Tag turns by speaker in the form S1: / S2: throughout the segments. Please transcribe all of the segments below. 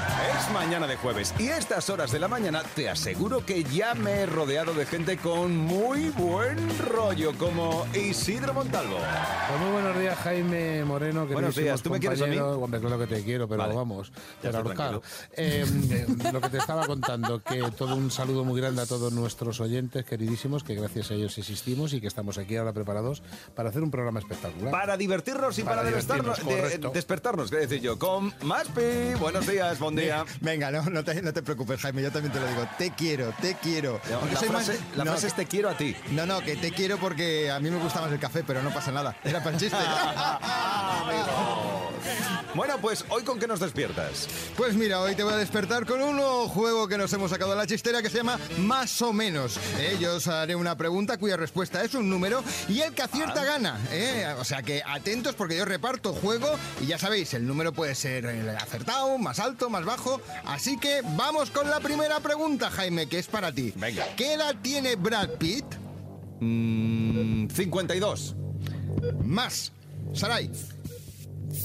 S1: Es mañana de jueves y a estas horas de la mañana te aseguro que ya me he rodeado de gente con muy buen rollo, como Isidro Montalvo.
S2: Pues muy buenos días, Jaime Moreno.
S1: Buenos días.
S2: queridísimos
S1: ¿Tú me quieres a mí?
S2: compañeros. Hombre, claro que te quiero, pero
S1: Vale.
S2: vamos,
S1: Ya
S2: para
S1: estoy
S2: ahorcar. Eh, eh, lo que te estaba contando, que todo un saludo muy grande a todos nuestros oyentes queridísimos, que gracias a ellos existimos y que estamos aquí ahora preparados para hacer un programa espectacular.
S1: Para divertirnos y para,
S2: Para divertirnos,
S1: despertarnos- de-
S2: correcto.
S1: despertarnos, qué decir yo, con Maspi. Buenos días, buen día.
S3: Venga, no, no, te, no te preocupes, Jaime, yo también te lo digo. Te quiero, te quiero.
S1: No,
S3: Yo
S1: La
S3: soy más-
S1: frase, la
S3: no,
S1: frase es te quiero a ti.
S3: no, no, que te quiero porque a mí me gusta más el café, pero no pasa nada. Era para el chiste.
S1: Bueno, pues hoy con qué nos despiertas.
S3: pues mira, hoy te voy a despertar con un nuevo juego que nos hemos sacado a la chistera que se llama Más o menos. ¿eh? yo os haré una pregunta cuya respuesta es un número y el que acierta gana. ¿eh? O sea que atentos porque yo reparto juego y ya sabéis, el número puede ser eh, acertado, más alto, más bajo. Así que vamos con la primera pregunta, Jaime, que es para ti.
S1: Venga.
S3: ¿Qué edad tiene Brad Pitt?
S1: Mm, 52.
S3: Más. Saray.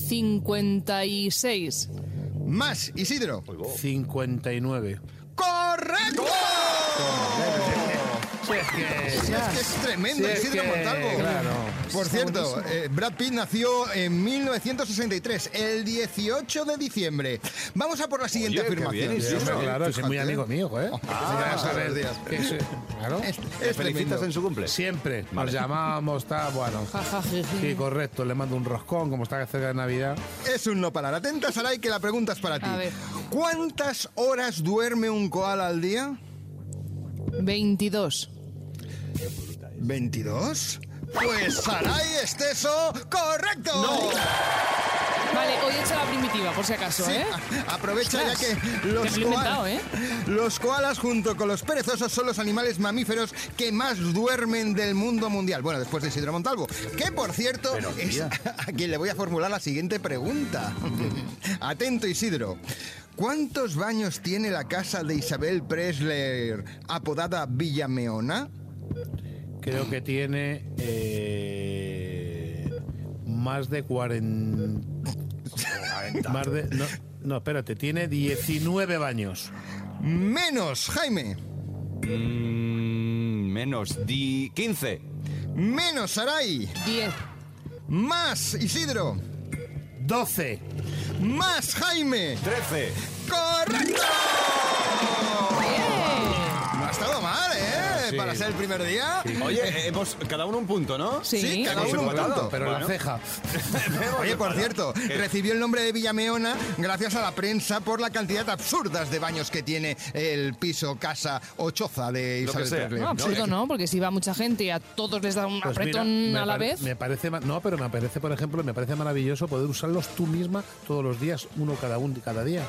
S4: 56.
S3: Más. Isidro.
S2: 59.
S3: ¡Correcto! Si es que es tremendo,
S2: Si es
S3: Isidro
S2: que,
S3: Montalvo.
S2: claro.
S3: Por cierto, eh, Brad Pitt nació en 1963, el 18 de diciembre. Vamos a por la siguiente
S1: Oye, qué
S3: afirmación.
S1: bien, Isidro.
S2: Hombre, claro, es
S3: Fíjate.
S2: muy amigo mío, ¿eh?
S3: Ah, buenos días.
S2: Que es-
S1: Este.
S2: claro.
S3: Es-
S1: ¿Te felicitas
S3: es tremendo.
S1: en su cumple?
S2: Siempre nos llamamos, está bueno. Sí, correcto, le mando un roscón, como está cerca de Navidad.
S3: Es un no parar. Atenta, Saray, que la pregunta es para ti.
S4: A ver.
S3: ¿Cuántas horas duerme un koala al día?
S4: 22.
S3: ¿22? Pues Saray Esteso, correcto.
S4: Vale, hoy he hecho la primitiva, por si acaso,
S3: Sí,
S2: Ah.
S4: ¿eh?
S3: a- aprovecha ya
S4: Ostras,
S3: que
S4: que me
S3: los,
S4: lo he inventado,
S3: koalas-
S4: ¿eh?
S3: los koalas junto con los perezosos son los animales mamíferos que más duermen del mundo mundial. Bueno, después de Isidro Montalvo. Que, por cierto, es a quien le voy a formular la siguiente pregunta. Atento, Isidro. ¿Cuántos baños tiene la casa de Isabel Presler, apodada Villameona?
S2: Creo que tiene eh, más de 40. Más de, no, no, espérate, tiene 19 baños.
S3: Menos, Jaime.
S1: Mm, menos di 15.
S3: Menos, Saray.
S4: 10.
S3: Más, Isidro.
S2: 12.
S3: Más, Jaime.
S1: 13.
S3: ¡Correcto!
S4: ¡Bien!
S3: No ha estado
S1: Ah,
S3: mal, ¿eh?
S2: sí.
S3: Para ser el primer día.
S1: Oye, hemos cada uno un punto, ¿no?
S4: Sí.
S3: Sí, cada
S1: Hemos
S3: uno un
S1: empatado.
S3: punto.
S2: Pero
S1: Bueno.
S2: la ceja. Pues
S3: Oye, por cierto, recibió el nombre de Villameona gracias a la prensa por la cantidad absurdas de baños que tiene el piso, casa o choza de
S1: Lo que
S3: Isabel
S1: sea.
S3: Presley.
S4: No, absurdo no, porque si va mucha gente y a todos les da un
S2: Pues mira,
S4: apretón
S2: me
S4: a la
S2: pare-
S4: vez.
S2: Me parece, ma- no, pero me parece, por ejemplo, me parece maravilloso poder usarlos tú misma todos los días, uno cada uno cada día.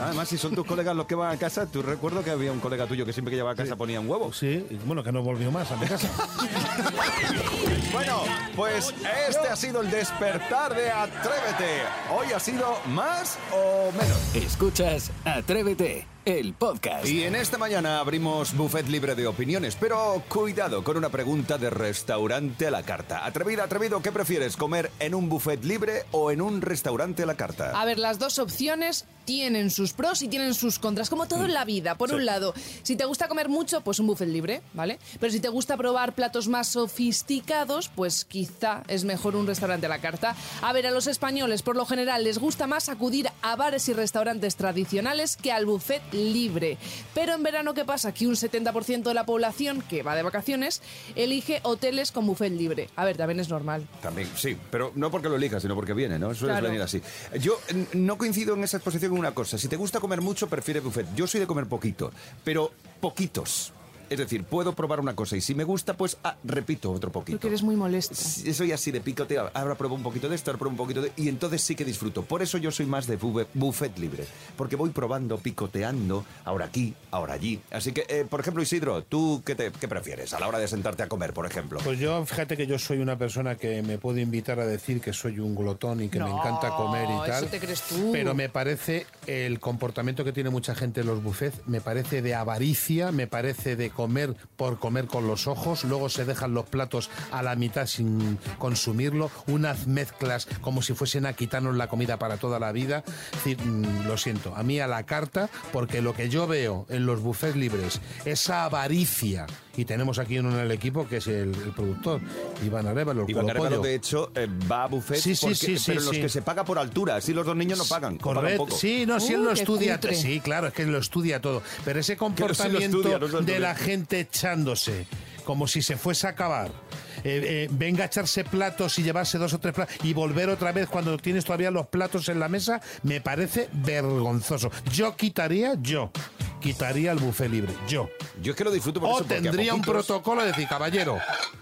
S1: Además, si son tus colegas los que van a casa, tú recuerdo que había un colega tuyo que siempre que llevaba a casa ponía un huevo.
S2: Sí, y bueno, que no volvió más a mi casa.
S1: Bueno, pues este ha sido el despertar de Atrévete. Hoy ha sido más o menos.
S5: Escuchas Atrévete, el podcast.
S1: Y en esta mañana abrimos buffet libre de opiniones, pero cuidado con una pregunta de restaurante a la carta. Atrevida, atrevido, ¿qué prefieres comer en un buffet libre o en un restaurante a la carta?
S4: A ver, las dos opciones tienen sus pros y tienen sus contras, como todo en la vida. Por un lado, si te gusta comer mucho, pues un buffet libre, ¿vale? Pero si te gusta probar platos más sofisticados, pues quizá es mejor un restaurante a la carta. A ver, a los españoles por lo general les gusta más acudir a bares y restaurantes tradicionales que al buffet libre. Pero en verano, ¿qué pasa? Que un 70% de la población que va de vacaciones elige hoteles con buffet libre. A ver, también es normal.
S1: También, sí, pero no porque lo elijas, sino porque viene, ¿no? Sueles
S4: Claro.
S1: venir así. Yo n- no coincido en esa exposición en una cosa. Si te gusta comer mucho, prefiere buffet. Yo soy de comer poquito, pero poquitos. Es decir, puedo probar una cosa y si me gusta, pues ah, repito otro poquito.
S4: Porque eres muy molesta.
S1: Sí, Soy así de picote, ahora pruebo un poquito de esto, ahora pruebo un poquito de... Y entonces sí que disfruto. Por eso yo soy más de bube- buffet libre. Porque voy probando, picoteando, ahora aquí, ahora allí. Así que, eh, por ejemplo, Isidro, ¿tú qué, te- qué prefieres a la hora de sentarte a comer, por ejemplo?
S2: Pues yo, fíjate que yo soy una persona que me puede invitar a decir que soy un glotón y que me
S4: No,
S2: encanta comer y tal.
S4: eso te crees tú.
S2: Pero me parece el comportamiento que tiene mucha gente en los buffets, me parece de avaricia, me parece de comer por comer con los ojos, luego se dejan los platos a la mitad sin consumirlo, unas mezclas como si fuesen a quitarnos la comida para toda la vida. Es decir, mm, lo siento, a mí a la carta, porque lo que yo veo en los buffets libres, esa avaricia, y tenemos aquí uno en el equipo que es el, el productor, Iván Arevalo, el
S1: Iván Carvalho,
S2: Curopollo.
S1: de hecho, eh, va a buffet,
S2: Sí, sí,
S1: porque-
S2: sí, sí,
S1: pero los
S2: sí.
S1: que se paga por altura, así los dos niños no pagan. o pagan
S2: Correcto.
S1: poco.
S2: Sí, no, si
S4: Uh,
S2: él lo
S4: qué
S2: estudia.
S4: cutre.
S2: Sí, claro, es que lo estudia todo. Pero ese comportamiento
S1: estudia, no se lo
S2: de la
S1: estudia.
S2: gente echándose, como si se fuese a acabar. eh, eh, venga a echarse platos y llevarse dos o tres platos y volver otra vez cuando tienes todavía los platos en la mesa, me parece vergonzoso. Yo quitaría, yo, quitaría el buffet libre, yo.
S1: Yo es que lo disfruto por
S2: O
S1: eso, porque a
S2: tendría un
S1: poquitos-
S2: protocolo de decir, caballero,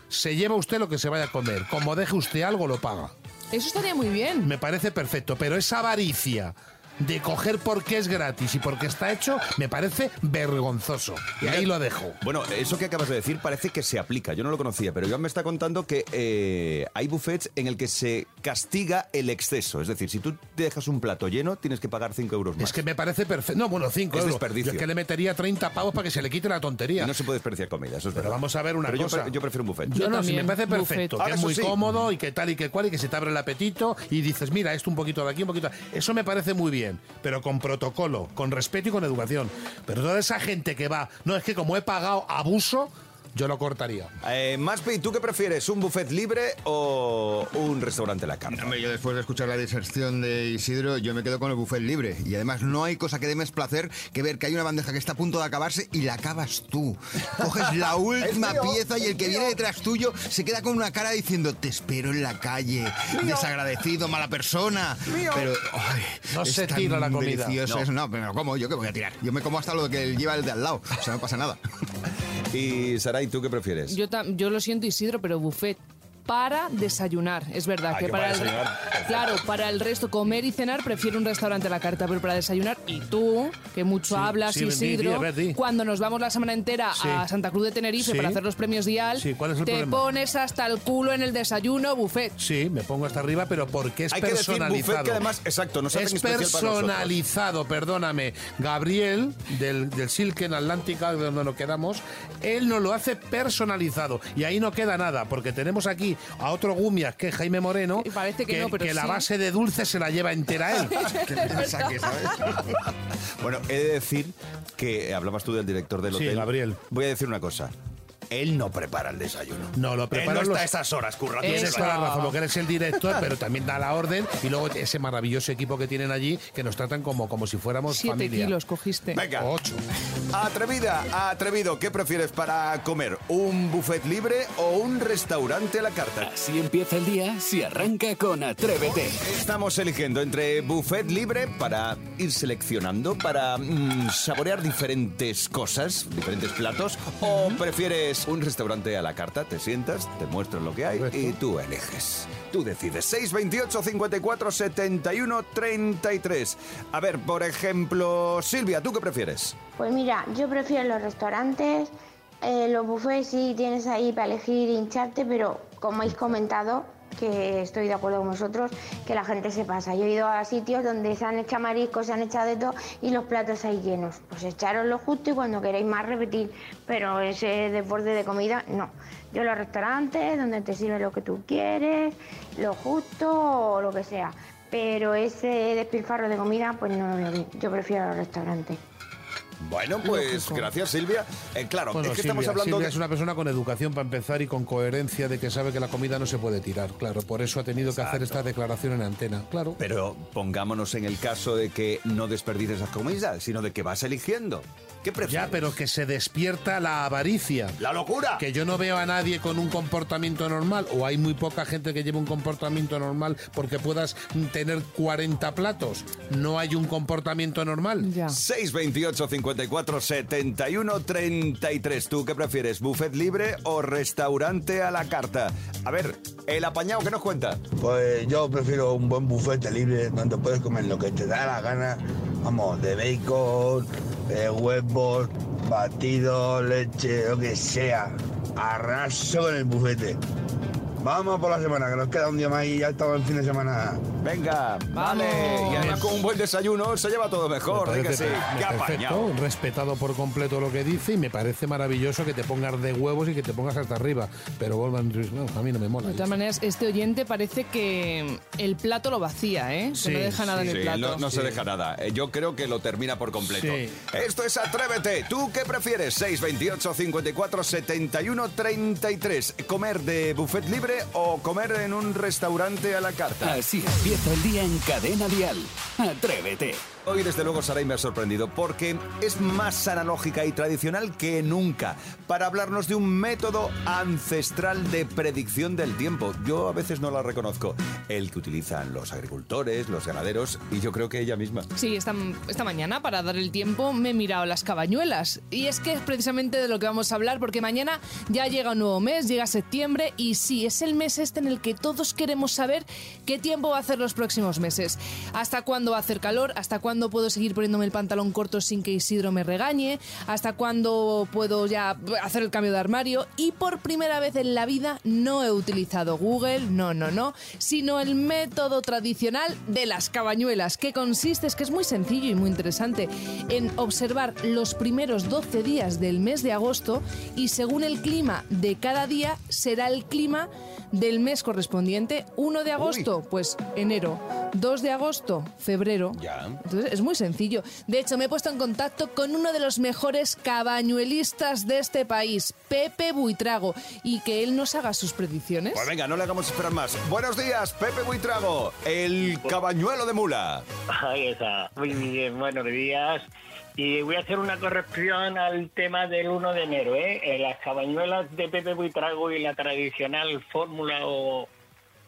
S2: se lleva usted lo que se vaya a comer, como deje usted algo, lo paga.
S4: Eso estaría muy bien.
S2: Me parece perfecto, pero esa avaricia de coger porque es gratis y porque está hecho me parece vergonzoso. Y ahí lo dejo.
S1: Bueno, eso que acabas de decir parece que se aplica. Yo no lo conocía, pero Iván me está contando que eh, hay buffets en el que se castiga el exceso. Es decir, si tú te dejas un plato lleno, tienes que pagar 5 euros más.
S2: Es que me parece perfecto. No, bueno, cinco
S1: Es
S2: euros.
S1: desperdicio.
S2: Yo es que le metería 30 pavos para que se le quite la tontería.
S1: Y no se puede desperdiciar comida, eso es
S2: Pero
S1: verdad.
S2: vamos a ver una
S1: Pero yo
S2: cosa.
S1: pre- Yo, prefiero un buffet.
S2: Yo,
S4: Yo
S2: no, sí, me
S4: también,
S2: parece
S4: buffet.
S2: perfecto,
S1: Ahora,
S2: que es
S1: eso
S2: muy
S1: sí.
S2: cómodo y que tal y que cual y que se te abre el apetito y dices, mira, esto un poquito de aquí, un poquito de... Eso me parece muy bien, pero con protocolo, con respeto y con educación. Pero toda esa gente que va, no, es que como he pagado abuso, yo lo cortaría.
S1: Eh, Maspi, ¿tú qué prefieres? ¿Un buffet libre o un restaurante a la carta?
S3: Hombre, yo después de escuchar la diserción de Isidro, yo me quedo con el buffet libre. Y además no hay cosa que dé más placer que ver que hay una bandeja que está a punto de acabarse y la acabas tú. Coges la última pieza y el que viene detrás tuyo se queda con una cara diciendo te espero en la calle, desagradecido, mala persona. Pero ay,
S2: No
S3: es
S2: se
S3: tan
S2: tira la comida.
S3: delicioso
S1: No.
S3: eso. No, pero como yo que voy a tirar. Yo me como hasta lo que lleva el de al lado. O sea, no pasa nada.
S1: Y Saray, ¿tú qué prefieres?
S4: Yo, tam- yo lo siento, Isidro, pero buffet para desayunar. Es verdad
S1: Ah,
S4: que
S1: yo
S4: para,
S1: para
S4: el,
S1: desayunar, perfecto.
S4: claro, para el resto comer y cenar prefiero un restaurante a la carta, pero para desayunar y tú, que mucho
S2: Sí,
S4: hablas
S2: sí, di, di,
S4: Isidro,
S2: a ver, di.
S4: cuando nos vamos la semana entera
S2: Sí.
S4: a Santa Cruz de Tenerife
S2: Sí.
S4: para hacer los premios dial,
S2: Sí, ¿cuál es el
S4: te
S2: problema?
S4: pones hasta el culo en el desayuno buffet.
S2: Sí, me pongo hasta arriba, pero porque es
S1: Hay que decir buffet
S2: personalizado.
S1: que además, exacto, nos hacen
S2: es
S1: especial para nosotros.
S2: personalizado, perdóname. Gabriel, del, del Silken Atlántica, de donde nos quedamos, él nos lo hace personalizado. Y ahí no queda nada, porque tenemos aquí a otro Gumias, que es Jaime Moreno,
S4: Y parece que no, pero
S2: la
S4: sí.
S2: base de dulce se la lleva entera él.
S3: Que me la saque, ¿sabes?
S1: Bueno, he de decir que hablabas tú del director del
S2: Sí,
S1: hotel.
S2: Gabriel.
S1: Voy a decir una cosa. Él no prepara el desayuno.
S2: No, lo
S1: Él no
S2: preparan
S1: está
S2: los-
S1: a esas horas, curra.
S2: Tienes
S4: Eso.
S2: toda la razón, porque eres el director, pero también da la orden. Y luego ese maravilloso equipo que tienen allí, que nos tratan como, como si fuéramos
S4: Siete
S2: familia.
S4: kilos cogiste.
S1: Venga.
S2: O ocho.
S1: Atrevida, atrevido, ¿qué prefieres para comer? ¿Un buffet libre o un restaurante a la carta?
S5: Así empieza el día si arranca con Atrévete.
S1: Estamos eligiendo entre buffet libre para ir seleccionando, para mm, saborear diferentes cosas, diferentes platos, o prefieres un restaurante a la carta, te sientas, te muestran lo que hay y tú eliges. Tú decides. 628 54 71 33. A ver, por ejemplo, Silvia, ¿tú qué prefieres?
S6: Pues mira, yo prefiero los restaurantes, eh, los buffets sí tienes ahí para elegir e hincharte, pero como habéis comentado, que estoy de acuerdo con vosotros, que la gente se pasa. Yo he ido a sitios donde se han hecho mariscos, se han echado de todo y los platos ahí llenos. Pues echaros lo justo y cuando queréis más repetir, pero ese deporte de comida no. Yo los restaurantes, donde te sirve lo que tú quieres, lo justo o lo que sea. Pero ese despilfarro de comida, pues no lo veo bien. Yo prefiero los restaurantes.
S1: Bueno, pues gracias, Silvia. Eh, claro,
S2: Bueno,
S1: es que
S2: Silvia,
S1: estamos hablando
S2: Silvia
S1: de.
S2: es una persona con educación para empezar y con coherencia de que sabe que la comida no se puede tirar. Claro, por eso ha tenido que hacer esta declaración en antena. Claro.
S1: Pero pongámonos en el caso de que no desperdices las comidas, sino de que vas eligiendo. ¿Qué prefieres?
S2: ya, pero que se despierta la avaricia.
S1: ¡La locura!
S2: Que yo no veo a nadie con un comportamiento normal, o hay muy poca gente que lleve un comportamiento normal porque puedas tener 40 platos. No hay un comportamiento normal.
S4: Ya.
S1: 628 54 54 71 33. ¿Tú qué prefieres, buffet libre o restaurante a la carta? A ver, el apañado que nos cuenta.
S7: Pues yo prefiero un buen bufete libre donde puedes comer lo que te da la gana. Vamos, de bacon, de huevos, batidos, leche, lo que sea. Arraso con el bufete. Vamos por la semana, que nos queda un día más y ya estamos en fin de semana.
S1: Venga, vale. Y además con un buen desayuno se lleva todo mejor.
S2: Me
S1: di que sí.
S2: parece per-
S1: Qué apañado.
S2: perfecto, respetado por completo lo que dice y me parece maravilloso que te pongas de huevos y que te pongas hasta arriba. Pero Goldman Ruiz, no, a mí no me mola.
S4: De todas maneras, este oyente parece que el plato lo vacía, ¿eh?
S2: Sí,
S4: que no deja nada en
S1: Sí,
S4: el plato.
S1: no, no se deja nada. Eh, Yo creo que lo termina por completo.
S2: Sí.
S1: Esto es Atrévete. ¿Tú qué prefieres? 628 54 71 33. ¿Comer de buffet libre o comer en un restaurante a la carta?
S5: Así empieza el día en cadena dial. Atrévete.
S1: Hoy desde luego Saray me ha sorprendido porque es más analógica y tradicional que nunca para hablarnos de un método ancestral de predicción del tiempo. Yo a veces no la reconozco. El que utilizan los agricultores, los ganaderos y yo creo que ella misma.
S4: Sí, esta, esta mañana, para dar el tiempo, me he mirado las cabañuelas. Y es que es precisamente de lo que vamos a hablar, porque mañana ya llega un nuevo mes, llega septiembre, y sí, es el mes este en el que todos queremos saber qué tiempo va a hacer los próximos meses. ¿Hasta cuándo va a hacer calor? ¿Hasta cuándo puedo seguir poniéndome el pantalón corto sin que Isidro me regañe? ¿Hasta cuándo puedo ya hacer el cambio de armario? Y por primera vez en la vida no he utilizado Google, no, no, no, sino el método tradicional de las cabañuelas, que consiste, es que es muy sencillo y muy interesante, en observar los primeros 12 días del mes de agosto y según el clima de cada día será el clima del mes correspondiente. 1 de agosto, pues enero. 2 de agosto, febrero.
S1: Ya.
S4: Entonces es muy sencillo. De hecho, me he puesto en contacto con uno de los mejores cabañuelistas de este país, Pepe Buitrago, y que él nos haga sus predicciones.
S1: Pues venga, no le hagamos esperar más. Buenos días, Pepe Buitrago, el cabañuelo de mula.
S8: Ahí está. Muy bien, buenos días. Y voy a hacer una corrección al tema del 1 de enero. ¿eh? Eh, Las cabañuelas de Pepe Buitrago y la tradicional fórmula o,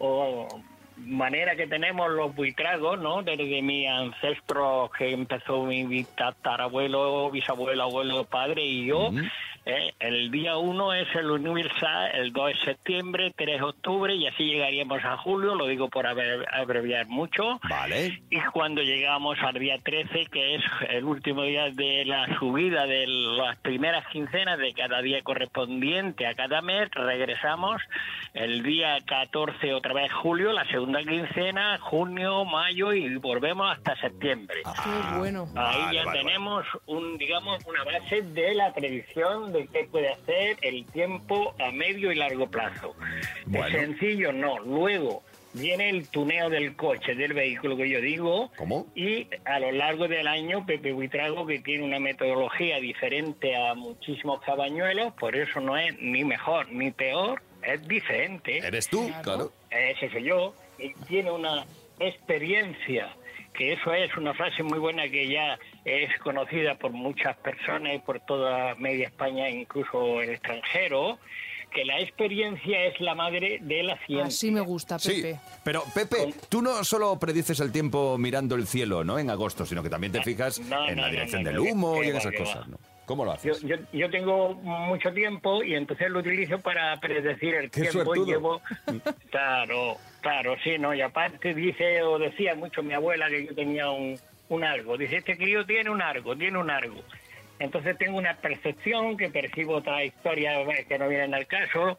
S8: o manera que tenemos los buitragos, ¿no? Desde mi ancestro que empezó mi mi tatarabuelo, bisabuelo, abuelo, padre y yo. ¿eh? El día 1 es el universal, el 2 es septiembre, 3 octubre y así llegaríamos a julio, lo digo por abre- abreviar mucho.
S1: Vale.
S8: Y cuando llegamos al día 13, que es el último día de la subida de las primeras quincenas de cada día correspondiente a cada mes, regresamos el día 14 otra vez julio, la segunda quincena, junio, mayo y volvemos hasta septiembre.
S4: Qué bueno.
S9: Ah,
S8: Ahí
S1: Vale, vale,
S8: ya
S1: vale.
S8: tenemos un digamos una base de la predicción de qué puede hacer el tiempo a medio y largo plazo.
S1: Bueno.
S8: Es sencillo, no. Luego viene el tuneo del coche, del vehículo que yo digo.
S1: ¿Cómo?
S8: Y a lo largo del año, Pepe Buitrago, que tiene una metodología diferente a muchísimos cabañuelos, por eso no es ni mejor ni peor, es diferente.
S1: ¿Eres tú? Claro.
S8: Eh, Ese soy yo. Y tiene una experiencia, que eso es una frase muy buena que ya es conocida por muchas personas y por toda media España, incluso el extranjero, que la experiencia es la madre de la ciencia.
S4: Así me gusta,
S1: Sí,
S4: Pepe.
S1: pero Pepe, tú no solo predices el tiempo mirando el cielo, ¿no? En agosto, sino que también te fijas
S8: no,
S1: en
S8: no,
S1: la
S8: no,
S1: dirección
S8: no,
S1: del
S8: que-
S1: humo y
S8: que
S1: en
S8: va,
S1: esas
S8: que
S1: cosas,
S8: va.
S1: ¿no? ¿Cómo lo
S8: Yo,
S1: haces?
S8: yo, yo tengo mucho tiempo y entonces lo utilizo para predecir el
S1: Qué
S8: tiempo
S1: suertudo.
S8: y llevo... Claro, claro, sí, ¿no? Y aparte dice o decía mucho mi abuela que yo tenía un, un algo. Dice, este crío tiene un algo, tiene un algo. Entonces tengo una percepción que percibo otra historia eh, que no vienen al caso,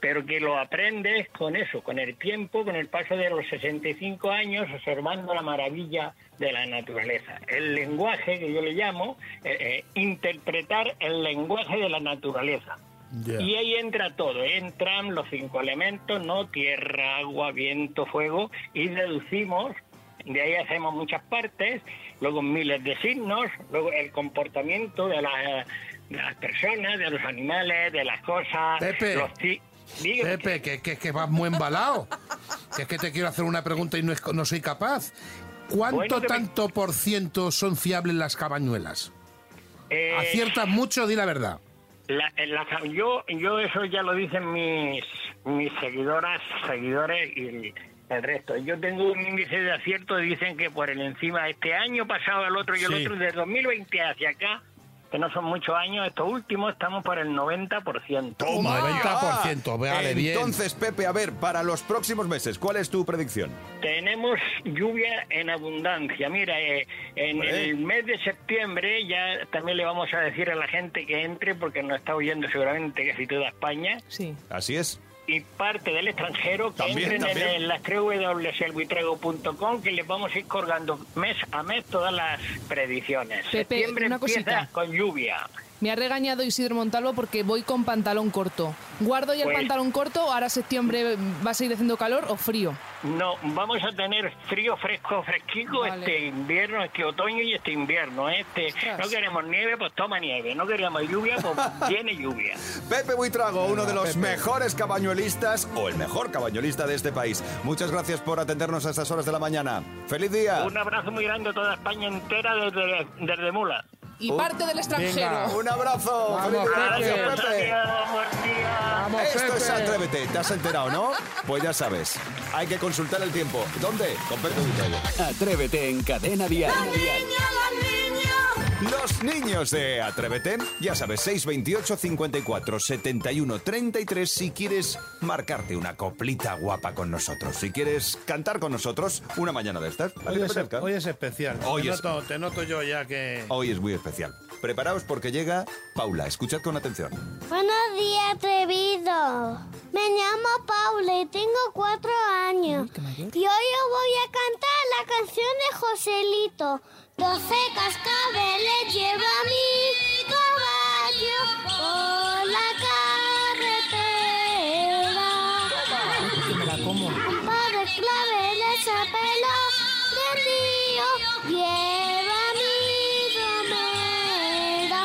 S8: pero que lo aprendes con eso, con el tiempo, con el paso de los 65 años, observando la maravilla de la naturaleza. El lenguaje que yo le llamo, eh, eh, interpretar el lenguaje de la naturaleza.
S2: Ya.
S8: Y ahí entra todo, ¿eh? entran los cinco elementos, ¿no? Tierra, agua, viento, fuego, y deducimos, de ahí hacemos muchas partes, luego miles de signos, luego el comportamiento de las, de las personas, de los animales, de las cosas,
S2: Pepe.
S8: los ci- Dígame,
S2: Pepe, que, que, que vas muy embalado. que es que te quiero hacer una pregunta y no, es- no soy capaz. ¿Cuánto
S8: Bueno, que me-
S2: tanto por ciento son fiables las cabañuelas?
S8: eh,
S2: ¿Aciertas mucho? Di la verdad.
S8: La- en la ca- yo, yo eso ya lo dicen mis, mis seguidoras, seguidores y el, el resto. Yo tengo un índice de acierto, dicen que por el encima este año pasado, el otro y el
S2: Sí.
S8: otro, de 2020 hacia acá, que no son muchos años, estos últimos estamos por el 90%.
S1: ¡Toma!
S2: 90%, vale, bien.
S1: Entonces, Pepe, a ver, para los próximos meses, ¿cuál es tu predicción?
S8: Tenemos lluvia en abundancia. Mira, eh, en
S1: Hombre.
S8: el mes de septiembre ya también le vamos a decir a la gente que entre, porque nos está oyendo seguramente casi toda España,
S4: Sí.
S1: Así es.
S8: y parte del extranjero que
S1: También,
S8: entren
S1: también.
S8: en el- las www.elbuitrago.com que les vamos a ir colgando mes a mes todas las predicciones.
S4: Pepe,
S8: septiembre
S4: una
S8: empieza
S4: cosita.
S8: con lluvia.
S4: Me ha regañado Isidro Montalvo porque voy con pantalón corto. ¿Guardo ya el
S8: Pues-
S4: pantalón corto? ¿Ahora septiembre va a seguir haciendo calor o frío?
S8: No, vamos a tener frío, fresco, fresquico
S4: Vale.
S8: este invierno, este otoño y este invierno. Este,
S4: Ostras.
S8: no queremos nieve, pues toma nieve. No queremos lluvia, pues viene lluvia.
S1: Pepe Buitrago, uno de los mejores cabañuelistas o el mejor cabañuelista de este país. Muchas gracias por atendernos a estas horas de la mañana. ¡Feliz día!
S8: Un abrazo muy grande a toda España entera desde, desde Mula.
S2: Oh,
S4: Y parte del extranjero.
S1: ¡Un abrazo!
S2: Vamos,
S1: ¡Feliz día!
S2: Pepe.
S1: Gracias, Pepe.
S8: Adiós, buen día.
S2: Vamos,
S1: Esto
S2: Pepe.
S1: es Atrévete, ¿te has enterado, no? Pues ya sabes, hay que consultar el tiempo. ¿Dónde? Con Pepe Buitrago.
S5: Atrévete en Cadena Dial.
S1: Los niños de Atrévete, ya sabes, 628 54 71 33 si quieres marcarte una coplita guapa con nosotros, si quieres cantar con nosotros una mañana de estas, ¿vale?
S2: Hoy
S1: ¿Te
S2: es,
S1: apetezca?
S2: hoy es especial.
S1: Hoy
S2: te,
S1: es-
S2: noto, te noto yo ya que...
S1: Hoy es muy especial. Preparaos porque llega Paula, escuchad con atención.
S10: Buenos días, atrevido. Me llamo Paula y tengo cuatro años. Y hoy os voy a cantar la canción de Joselito. Doce cascabeles lleva mi caballo por la carretera. Un par de claveles a pelo de tío lleva mi romera.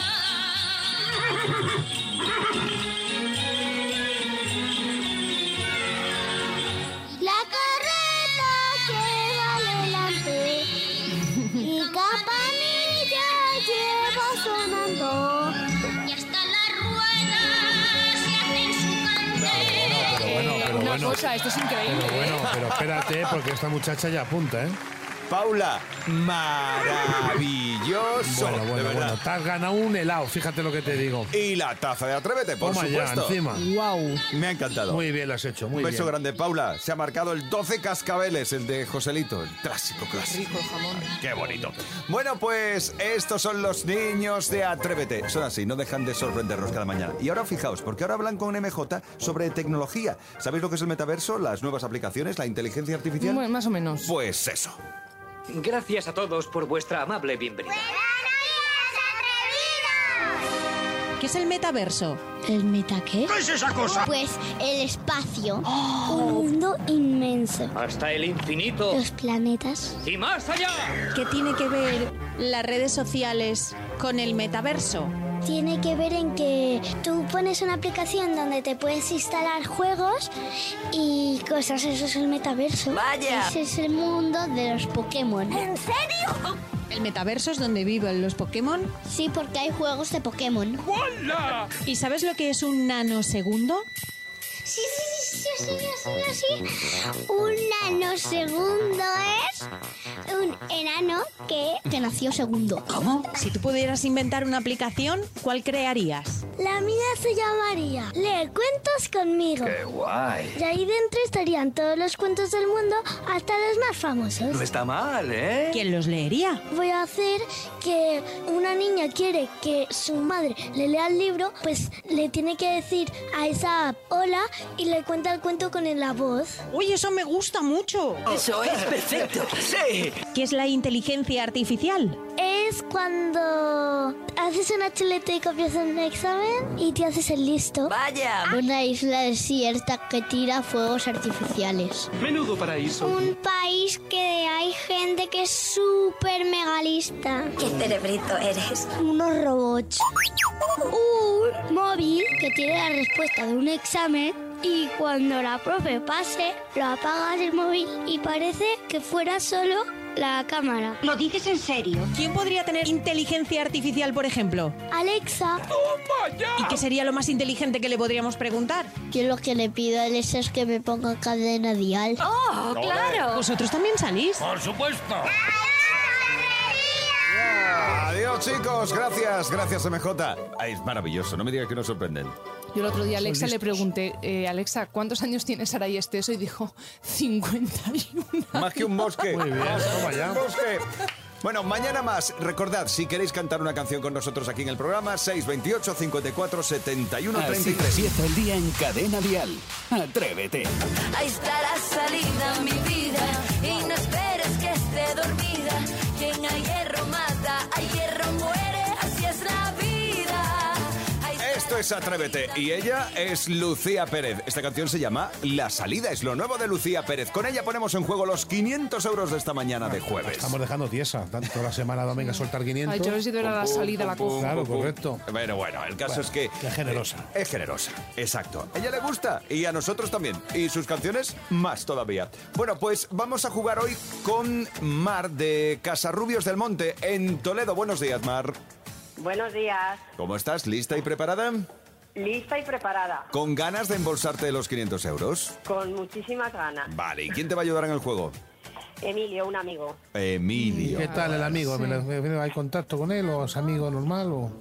S10: La carreta lleva delante y campanilla lleva sonando. Y hasta las ruedas se hacen su cante.
S2: Pero bueno, pero
S4: Eh, una
S2: bueno.
S4: cosa, esto es increíble.
S2: Pero bueno, pero espérate, porque esta muchacha ya apunta, ¿eh?
S1: Paula, maravilloso.
S2: Bueno,
S1: de
S2: bueno,
S1: verdad.
S2: bueno. Te has ganado un helado, fíjate lo que te digo.
S1: Y la taza de Atrévete, por
S2: Toma ya,
S1: supuesto.
S2: encima.
S4: Wow.
S1: Me ha encantado.
S2: Muy bien lo has hecho, muy
S1: Un beso
S2: bien.
S1: grande, Paula. Se ha marcado el 12 cascabeles, el de Joselito, el clásico clásico.
S4: Rico el jamón.
S1: Qué bonito. Bueno, pues estos son los niños de Atrévete. Son así, no dejan de sorprendernos cada mañana. Y ahora fijaos, porque ahora hablan con MJ sobre tecnología. ¿Sabéis lo que es el metaverso? Las nuevas aplicaciones, la inteligencia artificial.
S4: Bueno, más o menos.
S1: Pues eso.
S11: Gracias a todos por vuestra amable bienvenida.
S9: ¿Qué es el metaverso?
S10: ¿El meta qué? ¿Qué es esa cosa? Pues el espacio. Un mundo inmenso.
S11: Hasta el infinito
S10: Los planetas.
S11: y más allá.
S9: ¿Qué tiene que ver las redes sociales con el metaverso?
S10: Tiene que ver en que tú pones una aplicación donde te puedes instalar juegos y cosas. Eso es el metaverso. Vaya. Ese es el mundo de los Pokémon. ¿En serio?
S9: El metaverso es donde viven los Pokémon.
S10: Sí, porque hay juegos de Pokémon.
S9: ¿Y sabes lo que es un nanosegundo?
S10: Sí, sí, sí, sí, sí, sí, sí, sí. Un nanosegundo es un enano que te nació segundo.
S9: ¿Cómo? Si tú pudieras inventar una aplicación, ¿cuál crearías?
S10: La mía se llamaría Lee cuentos conmigo. ¡Qué guay! Y ahí dentro estarían todos los cuentos del mundo, hasta los más famosos.
S11: está mal, ¿eh?
S9: ¿Quién los leería?
S10: Voy a hacer que una niña quiere que su madre le lea el libro, pues le tiene que decir a esa app hola y le cuenta el cuento con la voz.
S9: Uy, eso me gusta mucho.
S11: Eso es perfecto. Sí.
S9: ¿Qué es la inteligencia artificial?
S10: Es cuando haces una chuleta y copias un examen y te haces el listo.
S11: Vaya.
S10: Una isla desierta que tira fuegos artificiales.
S11: Menudo paraíso.
S10: Un país que hay gente que es súper megalista.
S12: Qué cerebrito eres.
S10: Unos robots. Un móvil que tiene la respuesta de un examen y cuando la profe pase, lo apagas el móvil y parece que fuera solo la cámara.
S12: ¿Lo dices en serio?
S9: ¿Quién podría tener inteligencia artificial, por ejemplo?
S10: Alexa,
S9: ¿Y qué sería lo más inteligente que le podríamos preguntar?
S10: yo lo que le pido a Alexa es que me ponga cadena dial.
S12: ¡Oh, claro!
S9: ¿Vosotros también salís?
S11: Por supuesto.
S1: Adiós. Bueno, chicos, gracias, gracias MJ. Ay, es maravilloso, no me digas que nos sorprenden.
S4: Yo el otro día a Alexa
S1: Son
S4: le pregunté, eh, Alexa, ¿cuántos años tiene Sara y Esteso? Y dijo, 51.
S1: Más que un bosque.
S2: Muy bien, toma ya.
S1: Un bosque. Bueno, mañana más. Recordad, si queréis cantar una canción con nosotros aquí en el programa, 628 54 71
S5: Así
S1: 33.
S5: empieza el día en Cadena Dial. Atrévete.
S13: Ahí está la salida, mi vida. Y no esperes que esté dormida. Quien a hierro mata, a hierro muere. Así es la vida. Ahí
S1: Esto es Atrévete y ella es Lucía Pérez. Esta canción se llama La Salida, es lo nuevo de Lucía Pérez. Con ella ponemos en juego los 500 euros de esta mañana de jueves.
S2: Estamos dejando tiesa. Tanto la semana domingo a soltar 500.
S4: Ay, yo a ver si era la salida la cosa.
S2: Claro, correcto.
S1: Pero bueno, el caso
S2: Bueno,
S1: es que...
S2: qué generosa.
S1: eh, es generosa, exacto. A ella le gusta y a nosotros también. Y sus canciones más todavía. Bueno, pues vamos a jugar hoy con Mar de Casarrubios del Monte en Toledo. Buenos días, Mar.
S14: Buenos días.
S1: ¿Cómo estás? ¿Lista y preparada?
S14: Lista y preparada.
S1: ¿Con ganas de embolsarte los 500 euros?
S14: Con muchísimas ganas.
S1: Vale, ¿y quién te va a ayudar en el juego?
S14: Emilio, un amigo.
S1: Emilio.
S2: ¿Qué tal el amigo? ¿Me lo- me- ¿Hay contacto con él o es amigo normal? O...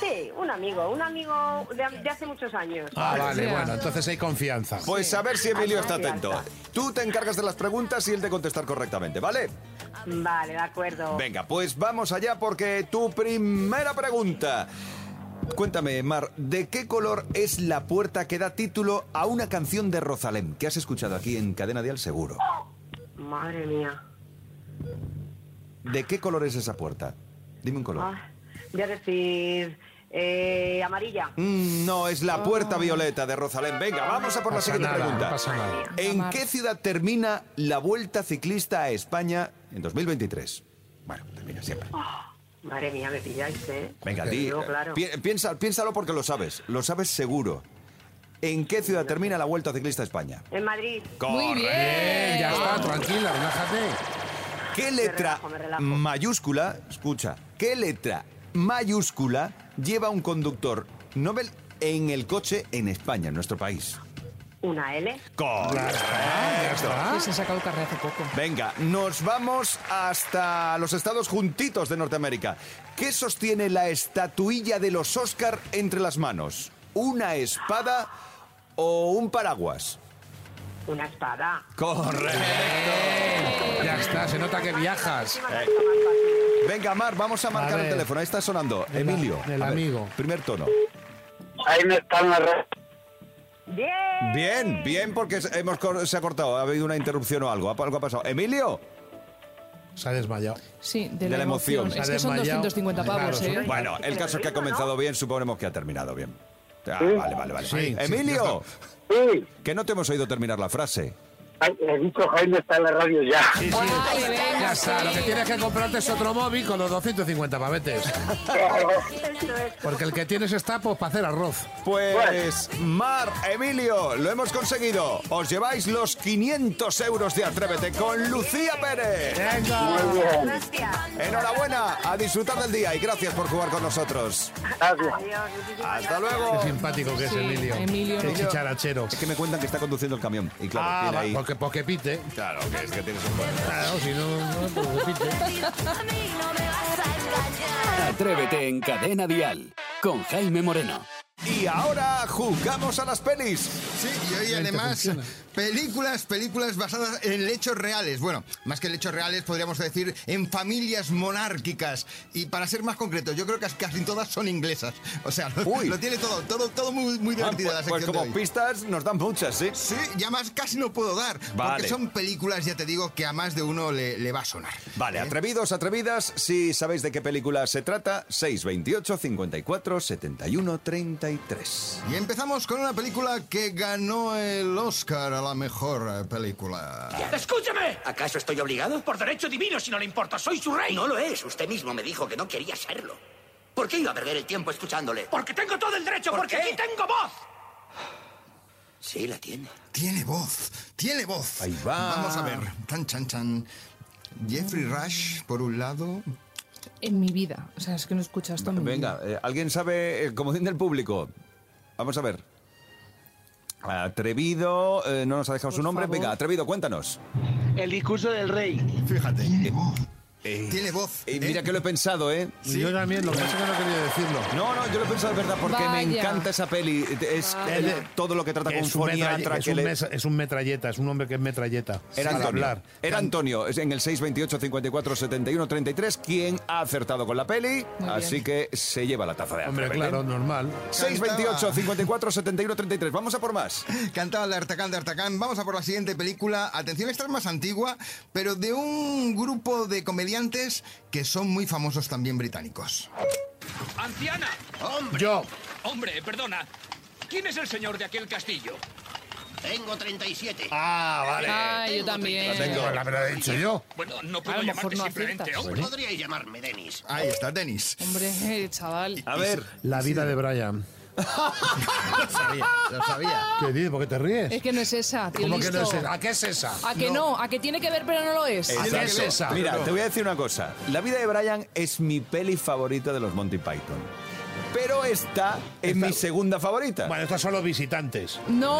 S14: Sí, un amigo. Un amigo de, de hace muchos años.
S2: Ah, vale, bueno, entonces hay confianza.
S1: Pues a ver si Emilio está
S14: Ajá, ya
S1: atento. Tú te encargas de las preguntas y él de contestar correctamente, ¿vale?
S14: Vale, de acuerdo.
S1: Venga, pues vamos allá porque tu primera pregunta. Cuéntame, Mar, ¿de qué color es la puerta que da título a una canción de Rosalén que has escuchado aquí en Cadena Dial Seguro?
S14: Madre mía.
S1: ¿De qué color es esa puerta? Dime un color.
S14: Ah, voy a decir eh, amarilla.
S1: Mm, no, es la puerta
S14: Ah.
S1: violeta de Rosalén. Venga, vamos a por la
S2: Pasa
S1: siguiente
S2: nada,
S1: pregunta.
S2: no pasa nada.
S1: ¿En qué ciudad termina la Vuelta Ciclista a España en 2023? Bueno, termina siempre.
S14: Madre mía, me pilláis, ¿eh?
S1: Venga,
S14: Te
S1: di,
S14: digo, claro.
S1: pi- piensa- piénsalo porque lo sabes, lo sabes seguro. ¿En qué ciudad termina la Vuelta Ciclista a España?
S14: En Madrid.
S1: Correcto.
S4: Eh,
S2: ya está, tranquila, relájate.
S1: ¿Qué letra
S14: relajo, me relajo.
S1: mayúscula, escucha, qué letra mayúscula lleva un conductor Nobel en el coche en España, en nuestro país?
S14: Una L.
S1: Correcto.
S2: Ah.
S4: Sí, se ha sacado carrera hace poco.
S1: Venga, nos vamos hasta los estados juntitos de Norteamérica. ¿Qué sostiene la estatuilla de los Oscar entre las manos? ¿Una espada o un paraguas?
S14: Una espada.
S1: Correcto.
S2: Ya está, se nota que viajas.
S1: Venga, Mar, vamos a marcar
S2: A
S1: el
S2: ver.
S1: teléfono. Ahí está sonando.
S2: Del-
S1: Emilio.
S2: del
S1: a ver,
S2: amigo.
S1: primer tono.
S7: Ahí me están arrastrando.
S14: Bien.
S1: Bien, bien, porque se- hemos, cor- se ha cortado. Ha habido una interrupción o algo. Algo ha pasado. Emilio.
S2: Se ha desmayado.
S4: Sí, de,
S1: De
S4: la,
S1: la
S4: emoción.
S1: emoción.
S4: Es
S2: Se ha
S4: que son
S2: desmayado.
S4: 250 pavos,
S2: Claro,
S4: ¿eh?
S2: son-
S1: Bueno, el caso es que ha comenzado bien, suponemos que ha terminado bien. Ah, Vale, vale, vale.
S2: Sí, sí,
S1: Emilio,
S7: Sí,
S1: que no te hemos oído terminar la frase.
S7: ay, he dicho Jaime está en la radio ya.
S4: Ay, venga,
S2: Ya está, lo que
S4: sí.
S2: tienes que comprarte es otro móvil con los 250 pavetes. Porque el que tienes está pues, para hacer arroz.
S1: Pues, Mar, Emilio, lo hemos conseguido. Os lleváis los 500 euros de Atrévete con Lucía Pérez.
S2: ¡Venga!
S14: Gracias.
S1: Enhorabuena, a disfrutar del día y gracias por jugar con nosotros.
S14: Adiós. muchísimas
S1: Hasta
S14: gracias.
S1: luego.
S2: Qué simpático que es
S4: Sí,
S2: Emilio.
S4: Emilio.
S2: Qué
S4: Emilio.
S2: chicharachero.
S1: Es que me cuentan que está conduciendo el camión. Y claro,
S2: Ah,
S1: tiene
S2: va,
S1: ahí-
S2: porque, porque pite.
S1: Claro, que es que tienes un buen-
S2: Claro, si no, no, porque pite.
S13: A mí no me vas a engañar.
S5: Atrévete en Cadena Dial. Con Jaime Moreno.
S1: Y ahora jugamos a las pelis.
S3: Sí, y hoy
S2: Excelente,
S3: además
S2: funciona.
S3: películas, películas basadas en hechos reales. Bueno, más que en hechos reales podríamos decir en familias monárquicas. Y para ser más concreto, yo creo que casi todas son inglesas. O sea, lo,
S1: Uy.
S3: lo tiene todo, todo, todo muy, muy
S1: Ah,
S3: divertida la
S1: pues, pues
S3: sección de
S1: como
S3: hoy.
S1: pistas nos dan muchas, ¿sí?
S3: Sí, ya más casi no puedo dar.
S1: Vale.
S3: Porque son películas, ya te digo, que a más de uno le, le va a sonar. ¿eh?
S1: Vale,
S2: ¿Eh?
S1: atrevidos, atrevidas, si sabéis de qué película se trata, 628 54 71 33.
S3: Y empezamos con una película que ganó el Oscar a la mejor eh, película.
S15: ¡Escúcheme! ¿Acaso estoy obligado? Por derecho divino, si no le importa, soy su rey. No lo es. Usted mismo me dijo que no quería serlo. ¿Por qué iba a perder el tiempo escuchándole? Porque tengo todo el derecho, porque aquí tengo voz. Sí, la tiene.
S3: Tiene voz, tiene voz.
S1: Ahí va.
S3: Vamos a ver. Tan, chan, chan. Jeffrey Rush, por un lado.
S4: En mi vida. O sea, es que no he escuchado esto en mi vida.
S1: Venga, eh, ¿alguien sabe el comodín del público? Vamos a ver. Atrevido, eh, no nos ha dejado su nombre.
S4: favor.
S1: Venga, atrevido, cuéntanos.
S15: El discurso del rey.
S3: Fíjate. Tiene voz. Tiene voz.
S1: Y mira que lo he pensado, ¿eh?
S2: Yo también, lo que pasa es que no he querido decirlo.
S1: No, no, yo lo he pensado, es verdad, porque me
S2: Vaya.
S1: encanta esa peli. Es
S2: Vaya.
S1: todo lo que trata con
S2: Es un,
S1: fonía,
S2: metralle- es, un
S1: traquele-
S2: mesa- es un metralleta, es un hombre que es metralleta.
S1: Era
S2: Sin
S1: Antonio.
S2: hablar.
S1: Era Antonio, es en el 628 54 71 33, quien ha acertado con la peli,
S2: bien.
S1: así que se lleva la taza de
S2: Hombre,
S1: Apple, ¿eh?
S2: claro, normal.
S1: 628 54 71 33. Vamos a por más.
S3: Cantaba de Artacán de Artacán. Vamos a por la siguiente película. Atención, esta es más antigua, pero de un grupo de comediantes que son muy famosos también británicos.
S16: ¡Anciana! ¡Hombre!
S3: Yo.
S16: Hombre, perdona. ¿Quién es el señor de aquel castillo? Tengo 37.
S2: Ah, vale.
S4: Ah, yo también.
S2: La tengo, la verdad, he dicho yo.
S16: Bueno, no
S4: A
S16: puedo
S4: lo mejor
S16: llamarte
S4: no
S16: simplemente
S4: aciertas.
S16: hombre.
S4: Bueno.
S16: Podríais llamarme Denis.
S3: Ahí está, Denis.
S4: Hombre, eh, chaval.
S2: La vida de Brian.
S3: Lo sabía, lo sabía.
S2: ¿Qué dices? ¿Por qué te ríes?
S4: Es que no es esa, tío.
S2: ¿Cómo que
S4: listo.
S2: no es esa? ¿A qué es esa?
S4: ¿A que no? ¿A que tiene que ver pero no lo
S2: Eh,
S4: es?
S1: Exacto.
S2: es esa?
S1: Mira,
S2: No.
S1: te voy a decir una cosa. La vida de Brian es mi peli favorita de los Monty Python. Pero esta es mi segunda favorita.
S2: Bueno, estos son los visitantes.
S4: No.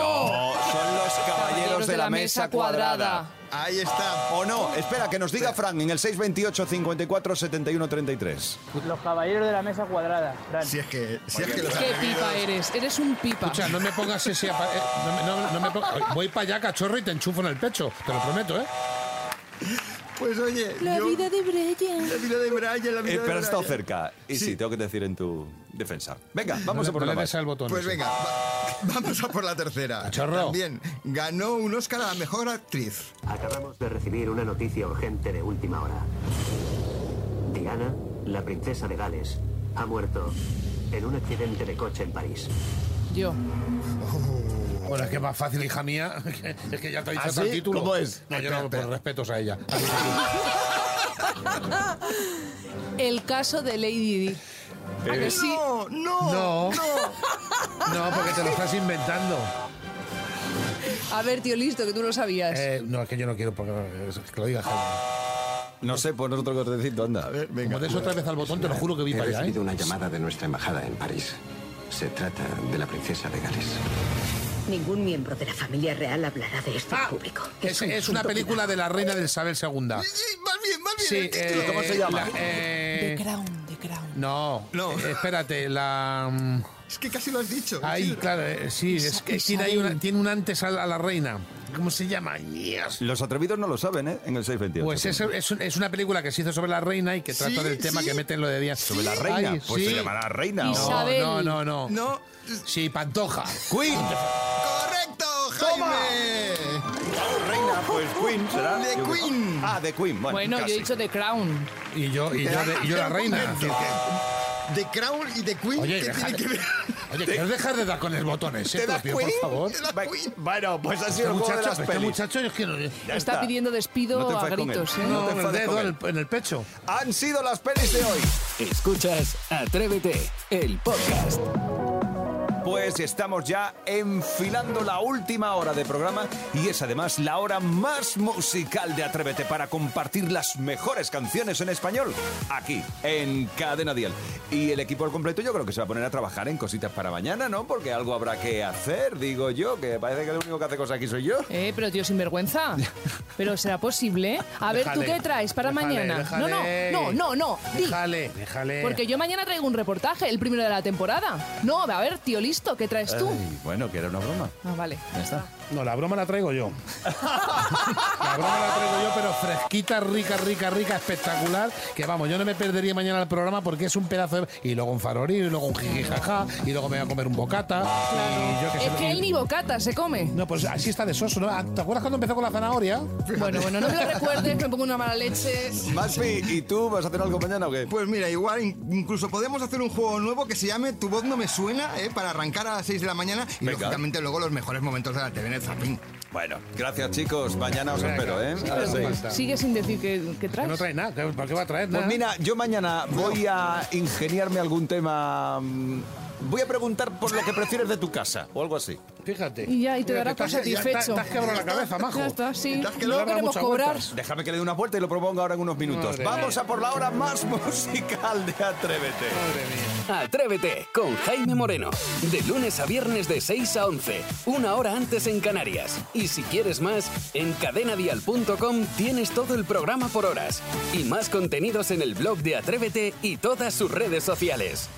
S1: son los caballeros de la mesa cuadrada.
S3: Ahí está.
S1: O no, espera, que nos diga Frank en el 628 54 71 33.
S17: Los caballeros de la mesa cuadrada.
S3: Si es que, si es que lo
S4: Qué pipa eres. Eres un pipa.
S2: Escucha, no me pongas ese... apa- eh, no me- no- no me pongas- Ay, Voy para allá, cachorro, y te enchufo en el pecho. Te lo prometo, ¿eh?
S3: Pues oye,
S13: La
S3: yo-
S13: vida de Brian.
S3: La vida de Brian, la vida
S1: Eh,
S3: de
S1: pero has estado
S3: Brian.
S1: cerca. Y sí. tengo que decir en tu defensa. Venga,
S2: No
S1: vamos
S2: le-
S1: a por
S2: no
S1: una
S2: le
S1: más.
S2: des al botón
S3: Pues
S2: ese.
S3: venga, va- vamos a por la tercera.
S2: Cachorro.
S3: También ganó un Oscar a la mejor actriz.
S18: Acabamos de recibir una noticia urgente de última hora. Diana, la princesa de Gales, ha muerto en un accidente de coche en París.
S4: Yo.
S2: Bueno, es que es más fácil, hija mía. Es que ya te he dicho
S18: ¿Ah,
S2: hasta el
S18: sí?
S2: título.
S18: ¿Cómo es?
S2: No, yo no, por respetos a ella.
S4: El caso de Lady Di. ¿A que Eh, sí?
S3: No,
S2: No. No, porque te lo estás inventando.
S4: A ver, tío, listo, que tú lo sabías.
S2: Eh, no, es que yo no quiero porque, es que lo diga Jaime.
S1: No sé, pues otro cortecito, anda. A ver,
S2: Como des otra vez al botón, te lo juro que vi
S19: He
S2: para allá, ¿eh?
S19: recibido una llamada de nuestra embajada en París. Se trata de la princesa de Gales.
S12: Ningún miembro de la familia real hablará de esto en público.
S2: Ah, Es,
S12: un
S2: es una
S12: asunto
S2: película de la reina de Isabel II.
S3: Más bien, más bien.
S2: Sí,
S3: el título.
S2: eh, la- eh,
S4: The Crown, The Crown.
S2: No, no. espérate, la... mm,
S3: Es que casi lo has dicho.
S2: Ahí,
S3: Sí.
S2: claro, eh, sí, es que tiene, ahí una- tiene un antes a la, a la reina. ¿Cómo se llama? Ay, Dios.
S1: Los atrevidos no lo saben, ¿eh? En el 628.
S2: Pues es, es, un- es una película que se hizo sobre la reina y que trata
S1: Sí,
S2: del tema
S1: sí.
S2: que meten lo de día.
S1: ¿Sobre la reina? Pues se llamará reina, ¿o? Isabel.
S2: No, no, no.
S3: No.
S2: Sí, Pantoja.
S1: Queen. Oh,
S3: ¡Correcto, Jaime!
S1: Reina, pues Queen será.
S3: The
S1: Yo-
S3: Queen.
S1: Ah, de Queen. Bueno,
S4: Bueno, yo he
S1: casi.
S4: dicho The Crown.
S2: Y yo, y yo, de- y yo la
S3: Un
S2: reina.
S3: momento. The Crown y The Queen,
S2: Oye,
S3: ¿qué
S2: déjale-
S3: tiene que ver?
S2: Oye, ¿quieres dejar de dar con el botón ese,
S1: ¿Te da
S2: propio,
S1: Queen?
S2: por favor?
S1: Bueno, pues ha
S2: Este
S1: sido el juego de
S2: muchacho-
S1: las
S2: este
S1: pelis.
S2: muchacho es que no...
S1: Ya
S4: Está, pidiendo despido
S1: No te
S4: a
S1: enfades con
S4: gritos,
S1: él.
S4: ¿eh?
S2: No,
S1: te
S2: en el
S1: enfades
S2: dedo,
S1: con
S2: en
S1: él.
S2: el, en el pecho.
S1: Han sido las pelis de hoy.
S5: Escuchas Atrévete, el podcast.
S1: Pues estamos ya enfilando la última hora de programa y es además la hora más musical de Atrévete para compartir las mejores canciones en español aquí en Cadena Dial. Y el equipo al completo yo creo que se va a poner a trabajar en cositas para mañana, ¿no? Porque algo habrá que hacer, digo yo, que parece que el único que hace cosas aquí soy yo.
S4: Eh, pero tío, sin vergüenza. Pero será posible. A ver, ¿tú
S1: Déjale,
S4: qué traes para
S1: déjale,
S4: mañana?
S1: déjale.
S4: No, no, no, no, no. Di.
S2: Déjale, déjale.
S4: Porque yo mañana traigo un reportaje, el primero de la temporada. No, a ver, tío, listo, ¿qué traes tú?
S1: Ay, bueno, que era una broma.
S4: Ah, vale.
S1: Ya está.
S2: No, la broma la traigo yo. La broma la traigo yo, pero fresquita, rica, rica, rica, espectacular. Que vamos, yo no me perdería mañana el programa porque es un pedazo de... Y luego un faroril, y luego un jijijaja, y luego me voy a comer un bocata. Y yo qué sé,
S4: Es que
S2: y-
S4: él ni bocata se come.
S2: No, pues así está de soso, ¿no? Ah, ¿Te acuerdas cuando empezó con la zanahoria?
S4: Bueno, bueno, no me lo recuerdes, que me pongo una mala leche.
S1: Maspi, ¿y tú vas a hacer algo mañana o qué?
S3: Pues mira, igual in- incluso podemos hacer un juego nuevo que se llame Tu voz no me suena, ¿eh? para arrancar a las 6 de la mañana y
S1: Venga.
S3: lógicamente luego los mejores momentos de la TV en el zapping.
S1: Bueno, gracias chicos, mañana os
S2: Venga.
S1: espero, ¿eh? A las seis.
S4: Sigue sin decir que, que
S2: Que
S4: traes.
S2: no trae nada, que- ¿para qué va a traer
S1: Pues
S2: nada?
S1: mira, yo mañana voy a ingeniarme algún tema. mm, Voy a preguntar por lo que prefieres de tu casa o algo así.
S2: Fíjate.
S4: Y ya, y te dará por satisfecho.
S2: Te has quebrado la cabeza, majo.
S4: Ya está, sí.
S2: Te has quedado
S4: Luego
S2: dando
S4: queremos
S2: muchas
S4: cobrar.
S2: vueltas.
S1: Déjame que le dé una vuelta y lo propongo ahora en unos minutos.
S2: Madre
S1: Vamos a por la hora más musical de Atrévete.
S2: Madre mía.
S5: Atrévete con Jaime Moreno. De lunes a viernes de 6 a 11, una hora antes en Canarias. Y si quieres más, en cadenadial.com tienes todo el programa por horas y más contenidos en el blog de Atrévete y todas sus redes sociales.